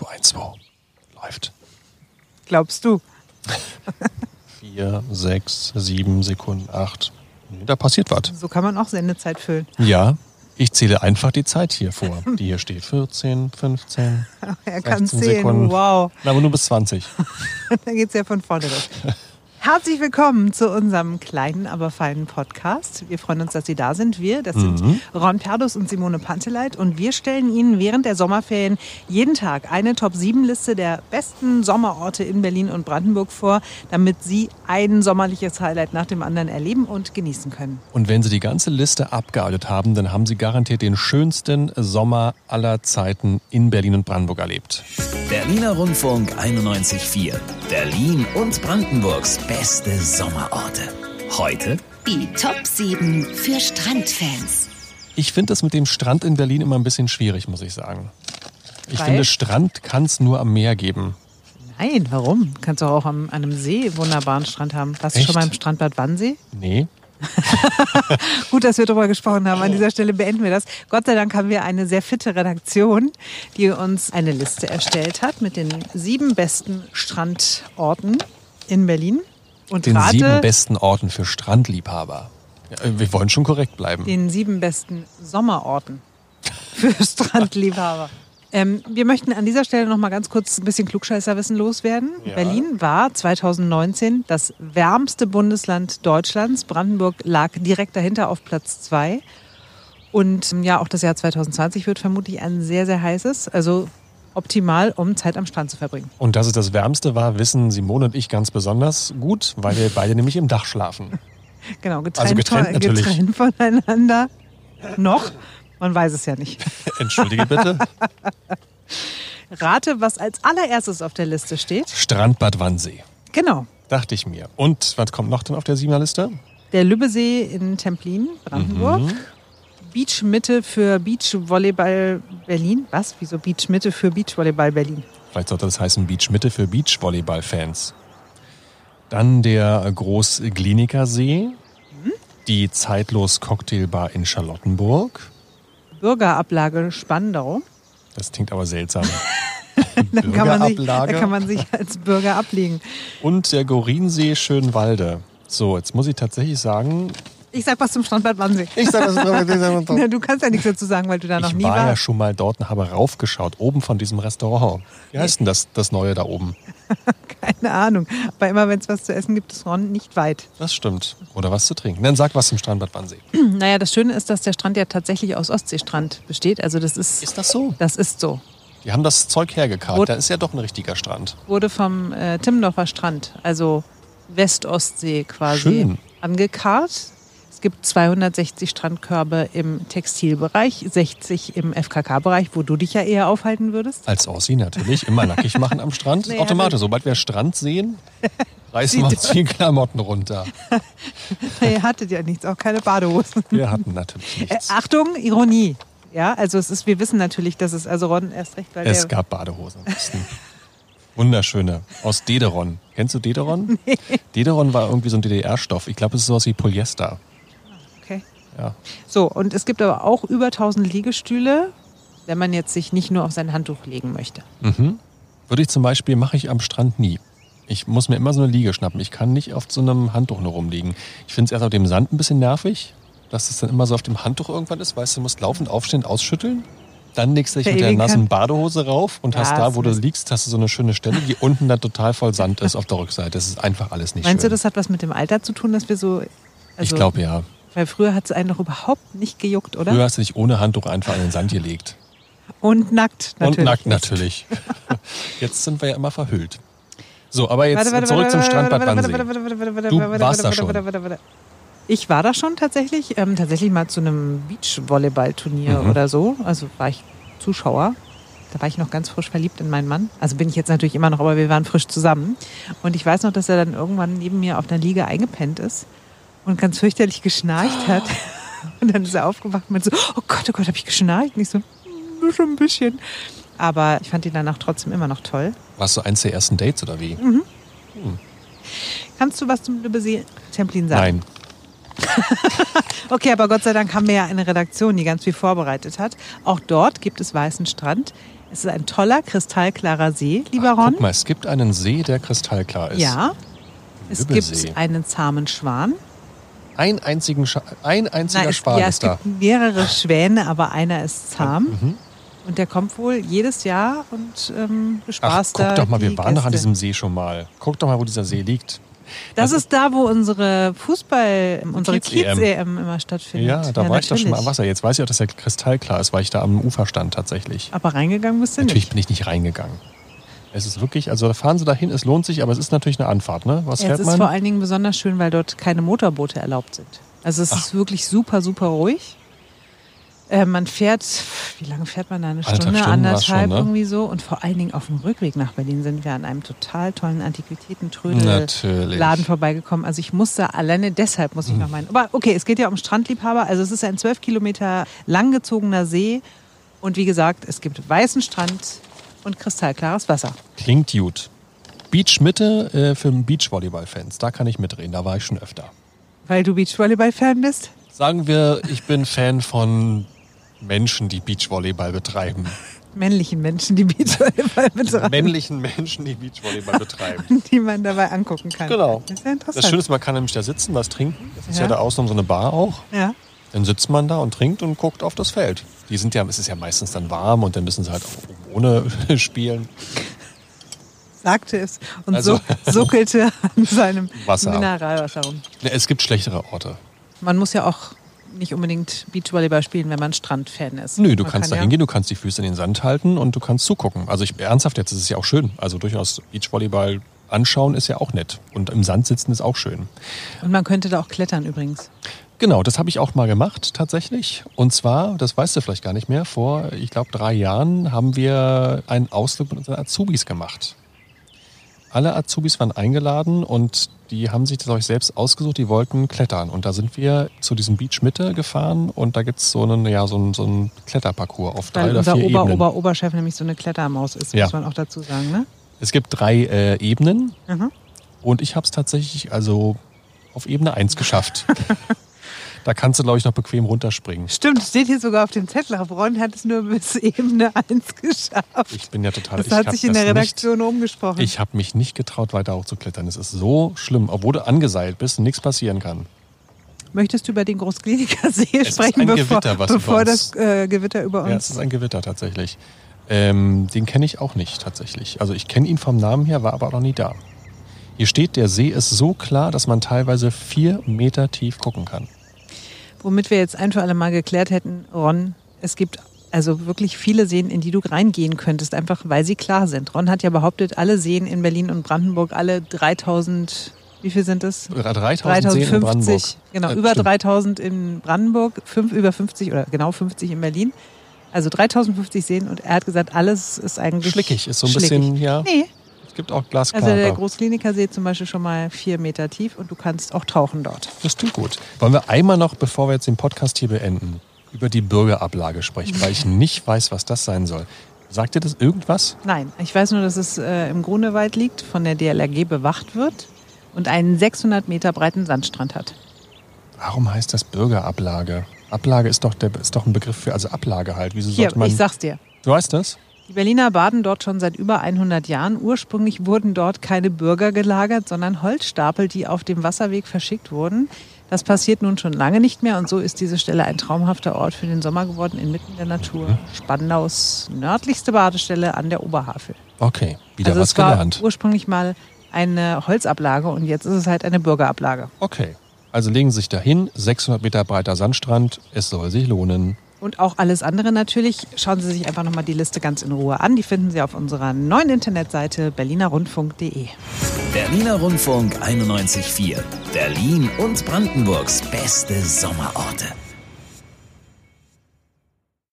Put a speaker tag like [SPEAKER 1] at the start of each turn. [SPEAKER 1] 1212. Läuft.
[SPEAKER 2] Glaubst du?
[SPEAKER 1] 4, 6, 7 Sekunden, 8. Da passiert was.
[SPEAKER 2] So kann man auch Sendezeit füllen.
[SPEAKER 1] Ja, ich zähle einfach die Zeit hier vor, die hier steht. 14, 15,
[SPEAKER 2] Er kann
[SPEAKER 1] 16
[SPEAKER 2] zählen.
[SPEAKER 1] Sekunden.
[SPEAKER 2] Wow.
[SPEAKER 1] Na, aber nur bis 20.
[SPEAKER 2] Dann geht's ja von vorne los. Herzlich willkommen zu unserem kleinen, aber feinen Podcast. Wir freuen uns, dass Sie da sind. Wir, das
[SPEAKER 1] Mhm.
[SPEAKER 2] sind Ron Perdus und Simone Panteleit. Und wir stellen Ihnen während der Sommerferien jeden Tag eine Top-7-Liste der besten Sommerorte in Berlin und Brandenburg vor, damit Sie ein sommerliches Highlight nach dem anderen erleben und genießen können.
[SPEAKER 1] Und wenn Sie die ganze Liste abgearbeitet haben, dann haben Sie garantiert den schönsten Sommer aller Zeiten in Berlin und Brandenburg erlebt.
[SPEAKER 3] Berliner Rundfunk 91.4. Berlin und Brandenburgs beste Sommerorte. Heute
[SPEAKER 4] Die Top 7 für Strandfans.
[SPEAKER 1] Ich finde das mit dem Strand in Berlin immer ein bisschen schwierig, muss ich sagen. Ich
[SPEAKER 2] Weil?
[SPEAKER 1] finde, Strand kann es nur am Meer geben.
[SPEAKER 2] Nein, warum? Kannst du auch am, an einem See wunderbaren Strand haben. Warst du schon
[SPEAKER 1] Echt?
[SPEAKER 2] mal im Strandbad Wannsee?
[SPEAKER 1] Nee,
[SPEAKER 2] Gut, dass wir darüber gesprochen haben. An dieser Stelle beenden wir das. Gott sei Dank haben wir eine sehr fitte Redaktion, die uns eine Liste erstellt hat mit den sieben besten Strandorten in Berlin. Und
[SPEAKER 1] den
[SPEAKER 2] rate
[SPEAKER 1] sieben besten Orten für Strandliebhaber. Ja, äh, wir wollen schon korrekt bleiben.
[SPEAKER 2] den sieben besten Sommerorten für Strandliebhaber. Ähm, wir möchten an dieser Stelle noch mal ganz kurz ein bisschen Klugscheißerwissen loswerden. Berlin war 2019 das wärmste Bundesland Deutschlands. Brandenburg lag direkt dahinter auf Platz zwei. Und ähm, ja, auch das Jahr 2020 wird vermutlich ein sehr, sehr heißes. Also optimal, um Zeit am Strand zu verbringen.
[SPEAKER 1] Und dass es das Wärmste war, wissen Simone und ich ganz besonders gut, weil wir beide nämlich im Dach schlafen.
[SPEAKER 2] Genau, getrennt,
[SPEAKER 1] Also getrennt
[SPEAKER 2] von,
[SPEAKER 1] natürlich.
[SPEAKER 2] getrennt voneinander. Noch? Man weiß es ja nicht.
[SPEAKER 1] Entschuldige bitte.
[SPEAKER 2] Rate, was als allererstes auf der Liste steht.
[SPEAKER 1] Strandbad Wannsee,
[SPEAKER 2] Genau.
[SPEAKER 1] dachte ich mir. Und was kommt noch denn auf der siebener Liste?
[SPEAKER 2] Der Lübbesee in Templin, Brandenburg.
[SPEAKER 1] Mhm.
[SPEAKER 2] Beachmitte für Beachvolleyball Berlin. Was? Wieso Beachmitte für Beachvolleyball Berlin?
[SPEAKER 1] Vielleicht sollte das heißen Beach Mitte für Beachvolleyball-Fans. Dann der Großgliniker See,
[SPEAKER 2] Hm?
[SPEAKER 1] die Zeitlos Cocktailbar in Charlottenburg.
[SPEAKER 2] Bürgerablage Spandau.
[SPEAKER 1] Das klingt aber seltsam.
[SPEAKER 2] Dann kann man sich, da
[SPEAKER 1] Bürgerablage.
[SPEAKER 2] kann man sich als Bürger ablegen.
[SPEAKER 1] Und der Gorinsee Schönwalde. So, jetzt muss ich tatsächlich sagen,
[SPEAKER 2] Ich sag was zum Strandbad Wannsee.
[SPEAKER 1] ich sage das
[SPEAKER 2] Na, Du kannst ja nichts dazu sagen, weil du da noch
[SPEAKER 1] Ich
[SPEAKER 2] nie
[SPEAKER 1] war ja
[SPEAKER 2] warst.
[SPEAKER 1] schon mal dort und habe raufgeschaut, oben von diesem Restaurant. Wie heißt denn das, das Neue da oben?
[SPEAKER 2] Keine Ahnung. Aber immer wenn es was zu essen gibt, ist Ron nicht weit.
[SPEAKER 1] Das stimmt. Oder was zu trinken. Dann sag was zum Strandbad Wannsee.
[SPEAKER 2] Naja, das Schöne ist, dass der Strand ja tatsächlich aus Ostseestrand besteht. Also das ist,
[SPEAKER 1] das so?
[SPEAKER 2] das ist so.
[SPEAKER 1] Die haben das Zeug hergekarrt.
[SPEAKER 2] Rot-
[SPEAKER 1] Da ist ja doch ein richtiger Strand.
[SPEAKER 2] wurde vom äh, Timmendorfer Strand, also Westostsee quasi,
[SPEAKER 1] Schön.
[SPEAKER 2] angekarrt. Es gibt 260 Strandkörbe im Textilbereich, 60 im FKK-Bereich, wo du dich ja eher aufhalten würdest.
[SPEAKER 1] Als Aussie natürlich. Immer nackig machen am Strand.
[SPEAKER 2] Nee,
[SPEAKER 1] Automatisch.
[SPEAKER 2] also-
[SPEAKER 1] Sobald wir Strand sehen, reißen wir uns die Klamotten runter.
[SPEAKER 2] Ihr hattet ja nichts, auch keine Badehosen.
[SPEAKER 1] Wir hatten natürlich
[SPEAKER 2] Äh,
[SPEAKER 1] nichts.
[SPEAKER 2] Achtung, Ironie. Ja, also es ist, wir wissen natürlich, dass es, also Ron erst recht, weil
[SPEAKER 1] Es
[SPEAKER 2] der,
[SPEAKER 1] gab Badehosen. am besten. Wunderschöne. Aus Dederon. Kennst du Dederon? Dederon war irgendwie so ein DDR-Stoff. Ich glaube, es ist sowas wie Polyester.
[SPEAKER 2] okay.
[SPEAKER 1] Ja.
[SPEAKER 2] So, und es gibt aber auch über 1000 Liegestühle, wenn man jetzt sich nicht nur auf sein Handtuch legen möchte.
[SPEAKER 1] Würde ich zum Beispiel, mache ich am Strand nie. Ich muss mir immer so eine Liege schnappen. Ich kann nicht auf so einem Handtuch nur rumliegen. Ich finde es erst auf dem Sand ein bisschen nervig, dass es dann immer so auf dem Handtuch irgendwann ist. Weißt du, du musst laufend aufstehen, ausschütteln. Dann legst du dich
[SPEAKER 2] Der
[SPEAKER 1] mit der
[SPEAKER 2] ewigen
[SPEAKER 1] nassen
[SPEAKER 2] Hand-
[SPEAKER 1] Badehose rauf und
[SPEAKER 2] Ja,
[SPEAKER 1] hast da,
[SPEAKER 2] ist
[SPEAKER 1] wo du
[SPEAKER 2] Mist.
[SPEAKER 1] liegst, hast du so eine schöne Stelle, die unten dann total voll Sand ist auf der Rückseite. Das ist einfach alles nicht
[SPEAKER 2] Meinst
[SPEAKER 1] schön.
[SPEAKER 2] du, das hat was mit dem Alter zu tun, dass wir so.
[SPEAKER 1] ich
[SPEAKER 2] also-
[SPEAKER 1] glaube ja.
[SPEAKER 2] Weil früher hat es einen noch überhaupt nicht gejuckt, oder?
[SPEAKER 1] Früher hast du dich ohne Handtuch einfach an den Sand gelegt.
[SPEAKER 2] Und nackt natürlich.
[SPEAKER 1] Und nackt natürlich. Jetzt sind wir ja immer verhüllt. So, aber jetzt
[SPEAKER 2] Warte, warte,
[SPEAKER 1] zurück
[SPEAKER 2] warte,
[SPEAKER 1] zum
[SPEAKER 2] warte,
[SPEAKER 1] Strandbad
[SPEAKER 2] warte, warte,
[SPEAKER 1] Wannsee.
[SPEAKER 2] warte, warte, warte, warte,
[SPEAKER 1] Du
[SPEAKER 2] warte,
[SPEAKER 1] warst da
[SPEAKER 2] warte,
[SPEAKER 1] schon.
[SPEAKER 2] warte, warte, warte. Ich war da schon tatsächlich, ähm, tatsächlich mal zu einem Beachvolleyballturnier
[SPEAKER 1] Mhm.
[SPEAKER 2] oder so. Also war ich Zuschauer. Da war ich noch ganz frisch verliebt in meinen Mann. Also bin ich jetzt natürlich immer noch, aber wir waren frisch zusammen. Und ich weiß noch, dass er dann irgendwann neben mir auf einer Liege eingepennt ist und ganz fürchterlich geschnarcht hat. Und dann ist er aufgewacht und meinte so, oh Gott, oh Gott, habe ich geschnarcht? Und ich so, "Hm, schon ein bisschen. Aber ich fand ihn danach trotzdem immer noch toll.
[SPEAKER 1] Warst du eins der ersten Dates oder wie?
[SPEAKER 2] Kannst du was zum Lübbesee Templin sagen?
[SPEAKER 1] Nein.
[SPEAKER 2] Okay, aber Gott sei Dank haben wir ja eine Redaktion, die ganz viel vorbereitet hat. Auch dort gibt es weißen Strand. Es ist ein toller, kristallklarer See, lieber
[SPEAKER 1] Ach,
[SPEAKER 2] Ron.
[SPEAKER 1] Ah, Guck mal, es gibt einen See, der kristallklar ist.
[SPEAKER 2] ja. Es
[SPEAKER 1] Übelsee.
[SPEAKER 2] gibt einen zahmen Schwan.
[SPEAKER 1] Ein, einzigen Scha ein einziger
[SPEAKER 2] es,
[SPEAKER 1] Schwan
[SPEAKER 2] ja, es
[SPEAKER 1] ist da. Ah, mhm.
[SPEAKER 2] gibt mehrere Schwäne, aber einer ist zahm. Und der kommt wohl jedes Jahr und ähm,
[SPEAKER 1] Ach,
[SPEAKER 2] bespaßt da
[SPEAKER 1] guck doch mal, wir
[SPEAKER 2] die
[SPEAKER 1] waren doch an
[SPEAKER 2] Gäste.
[SPEAKER 1] diesem Also See schon mal. Guck doch mal, wo dieser See liegt.
[SPEAKER 2] Das ist da, wo unsere Fußball, unsere
[SPEAKER 1] Kiez-EM.
[SPEAKER 2] Kiez-EM immer stattfindet.
[SPEAKER 1] Ja, da war ich doch schon mal am
[SPEAKER 2] natürlich.
[SPEAKER 1] Wasser. Jetzt weiß ich auch, dass er kristallklar ist, weil ich da am Ufer stand tatsächlich.
[SPEAKER 2] Aber reingegangen bist du
[SPEAKER 1] Natürlich
[SPEAKER 2] nicht.
[SPEAKER 1] bin ich nicht reingegangen. Es ist wirklich, also da fahren sie dahin, es lohnt sich, aber es ist natürlich eine Anfahrt, ne? Was
[SPEAKER 2] Es
[SPEAKER 1] fährt
[SPEAKER 2] ist vor
[SPEAKER 1] man?
[SPEAKER 2] allen Dingen besonders schön, weil dort keine Motorboote erlaubt sind. Also es ist wirklich super, super ruhig. Äh, man fährt, wie lange fährt man da? Eine
[SPEAKER 1] Anderthalb
[SPEAKER 2] Stunde,
[SPEAKER 1] Stunden war's
[SPEAKER 2] anderthalb
[SPEAKER 1] schon, ne?
[SPEAKER 2] irgendwie so. Und vor allen Dingen auf dem Rückweg nach Berlin sind wir an einem total tollen
[SPEAKER 1] Natürlich. Hm.
[SPEAKER 2] Antiquitätentrödel-Laden vorbeigekommen. Also ich musste alleine, deshalb muss ich noch meinen. Aber okay, es geht ja um Strandliebhaber. Also es ist ein zwölf Kilometer langgezogener See. Und wie gesagt, es gibt weißen Strand und kristallklares Wasser.
[SPEAKER 1] Klingt gut. Beach Mitte äh, für Beachvolleyball-Fans, da kann ich mitreden, da war ich schon öfter.
[SPEAKER 2] Weil du Beachvolleyball-Fan bist?
[SPEAKER 1] Sagen wir, ich bin Fan von Menschen, die Beachvolleyball betreiben.
[SPEAKER 2] männlichen Menschen, die Beachvolleyball betreiben,
[SPEAKER 1] Männlichen Menschen, die Beachvolleyball betreiben.
[SPEAKER 2] die man dabei angucken kann.
[SPEAKER 1] Genau.
[SPEAKER 2] Das ist ja interessant.
[SPEAKER 1] Das Schöne ist, man kann nämlich da sitzen, was trinken. Das ist ja,
[SPEAKER 2] Ja.
[SPEAKER 1] da außen um so eine Bar auch.
[SPEAKER 2] ja.
[SPEAKER 1] Dann sitzt man da und trinkt und guckt auf das Feld. Die sind ja, es ist ja meistens dann warm und dann müssen sie halt auch oben ohne spielen.
[SPEAKER 2] Sagte es und
[SPEAKER 1] Also-
[SPEAKER 2] so suckelte an seinem
[SPEAKER 1] Wasser.
[SPEAKER 2] Mineralwasser rum.
[SPEAKER 1] Ja, Ne, Es gibt schlechtere Orte.
[SPEAKER 2] Man muss ja auch nicht unbedingt Beachvolleyball spielen, wenn man Strandfan ist.
[SPEAKER 1] Nö, du
[SPEAKER 2] man
[SPEAKER 1] kannst da hingehen, du kannst die Füße in den Sand halten und du kannst zugucken. Also ich ernsthaft jetzt, es ist ja auch schön. Also durchaus Beachvolleyball anschauen ist ja auch nett. Und im Sand sitzen ist auch schön.
[SPEAKER 2] Ja. Und man könnte da auch klettern übrigens.
[SPEAKER 1] Genau, das habe ich auch mal gemacht tatsächlich. Und zwar, das weißt du vielleicht gar nicht mehr, vor, ich glaube, drei Jahren haben wir einen Ausflug mit unseren Azubis gemacht. Alle Azubis waren eingeladen und die haben sich das euch selbst ausgesucht, die wollten klettern. Und da sind wir zu diesem Beach Mitte gefahren und da gibt's so einen, ja, so einen, so einen Kletterparcours auf drei
[SPEAKER 2] Weil
[SPEAKER 1] oder
[SPEAKER 2] unser
[SPEAKER 1] vier
[SPEAKER 2] Ober,
[SPEAKER 1] Ebenen.
[SPEAKER 2] Ober, Oberchef nämlich so eine Klettermaus ist,
[SPEAKER 1] Ja.
[SPEAKER 2] muss man auch dazu sagen. Ne?
[SPEAKER 1] Es gibt drei äh, Ebenen
[SPEAKER 2] Mhm.
[SPEAKER 1] und ich habe es tatsächlich also auf Ebene eins geschafft. da kannst du, glaube ich, noch bequem runterspringen.
[SPEAKER 2] Stimmt, steht hier sogar auf dem Zettel. Ron hat es nur bis Ebene 1 geschafft.
[SPEAKER 1] Ich bin ja total.
[SPEAKER 2] das
[SPEAKER 1] ich
[SPEAKER 2] hat
[SPEAKER 1] hab
[SPEAKER 2] sich in der
[SPEAKER 1] das
[SPEAKER 2] Redaktion umgesprochen.
[SPEAKER 1] Nicht, ich habe mich nicht getraut, weiter hochzuklettern. Es ist so schlimm, obwohl du angeseilt bist und nichts passieren kann.
[SPEAKER 2] Möchtest du über den Großkliniker See
[SPEAKER 1] ist
[SPEAKER 2] sprechen,
[SPEAKER 1] ein
[SPEAKER 2] bevor,
[SPEAKER 1] Gewitter, was über
[SPEAKER 2] bevor
[SPEAKER 1] uns-
[SPEAKER 2] das äh, Gewitter über
[SPEAKER 1] Ja, es
[SPEAKER 2] uns?
[SPEAKER 1] ist ein Gewitter tatsächlich. Ähm, den kenne ich auch nicht tatsächlich. Also ich kenne ihn vom Namen her, war aber auch noch nie da. Hier steht, der See ist so klar, dass man teilweise vier Meter tief gucken kann.
[SPEAKER 2] Womit wir jetzt ein für alle Mal geklärt hätten, Ron, es gibt also wirklich viele Seen, in die du reingehen könntest, einfach weil sie klar sind. Ron hat ja behauptet, alle Seen in Berlin und Brandenburg, alle 3000, wie viel sind es?
[SPEAKER 1] 3000 Seen Äh, in Brandenburg.
[SPEAKER 2] 3050, genau,
[SPEAKER 1] Äh,
[SPEAKER 2] über
[SPEAKER 1] stimmt.
[SPEAKER 2] 3000 in Brandenburg, fünf, über 50 oder genau 50 in Berlin. Also 3050 Seen und er hat gesagt, alles ist eigentlich
[SPEAKER 1] Schlickig ist so ein
[SPEAKER 2] schlickig.
[SPEAKER 1] bisschen, ja.
[SPEAKER 2] Nee,
[SPEAKER 1] Es gibt auch Glasklar.
[SPEAKER 2] Also der
[SPEAKER 1] da.
[SPEAKER 2] Großklinikersee zum Beispiel schon mal vier Meter tief und du kannst auch tauchen dort.
[SPEAKER 1] Das tut gut. Wollen wir einmal noch, bevor wir jetzt den Podcast hier beenden, über die Bürgerablage sprechen, weil ich nicht weiß, was das sein soll. Sagt dir das irgendwas?
[SPEAKER 2] Nein, ich weiß nur, dass es äh, im Grunewald liegt, von der DLRG bewacht wird und einen 600 Meter breiten Sandstrand hat.
[SPEAKER 1] Warum heißt das Bürgerablage? Ablage ist doch, der, ist doch ein Begriff für, also Ablage halt. Wieso
[SPEAKER 2] Hier,
[SPEAKER 1] sollte man.
[SPEAKER 2] ich sag's dir.
[SPEAKER 1] du weißt das?
[SPEAKER 2] Die Berliner baden dort schon seit über 100 Jahren. Ursprünglich wurden dort keine Bürger gelagert, sondern Holzstapel, die auf dem Wasserweg verschickt wurden. Das passiert nun schon lange nicht mehr und so ist diese Stelle ein traumhafter Ort für den Sommer geworden, inmitten der
[SPEAKER 1] Mhm.
[SPEAKER 2] Natur. Spandaus nördlichste Badestelle an der Oberhavel.
[SPEAKER 1] Okay, wieder
[SPEAKER 2] also
[SPEAKER 1] was
[SPEAKER 2] es war
[SPEAKER 1] gelernt.
[SPEAKER 2] ursprünglich mal eine Holzablage und jetzt ist es halt eine Bürgerablage.
[SPEAKER 1] Okay. Also legen Sie sich dahin, 600 Meter breiter Sandstrand, es soll sich lohnen.
[SPEAKER 2] Und auch alles andere natürlich. Schauen Sie sich einfach nochmal die Liste ganz in Ruhe an. Die finden Sie auf unserer neuen Internetseite berlinerrundfunk.de.
[SPEAKER 3] Berliner Rundfunk 91.4. Berlin und Brandenburgs beste Sommerorte.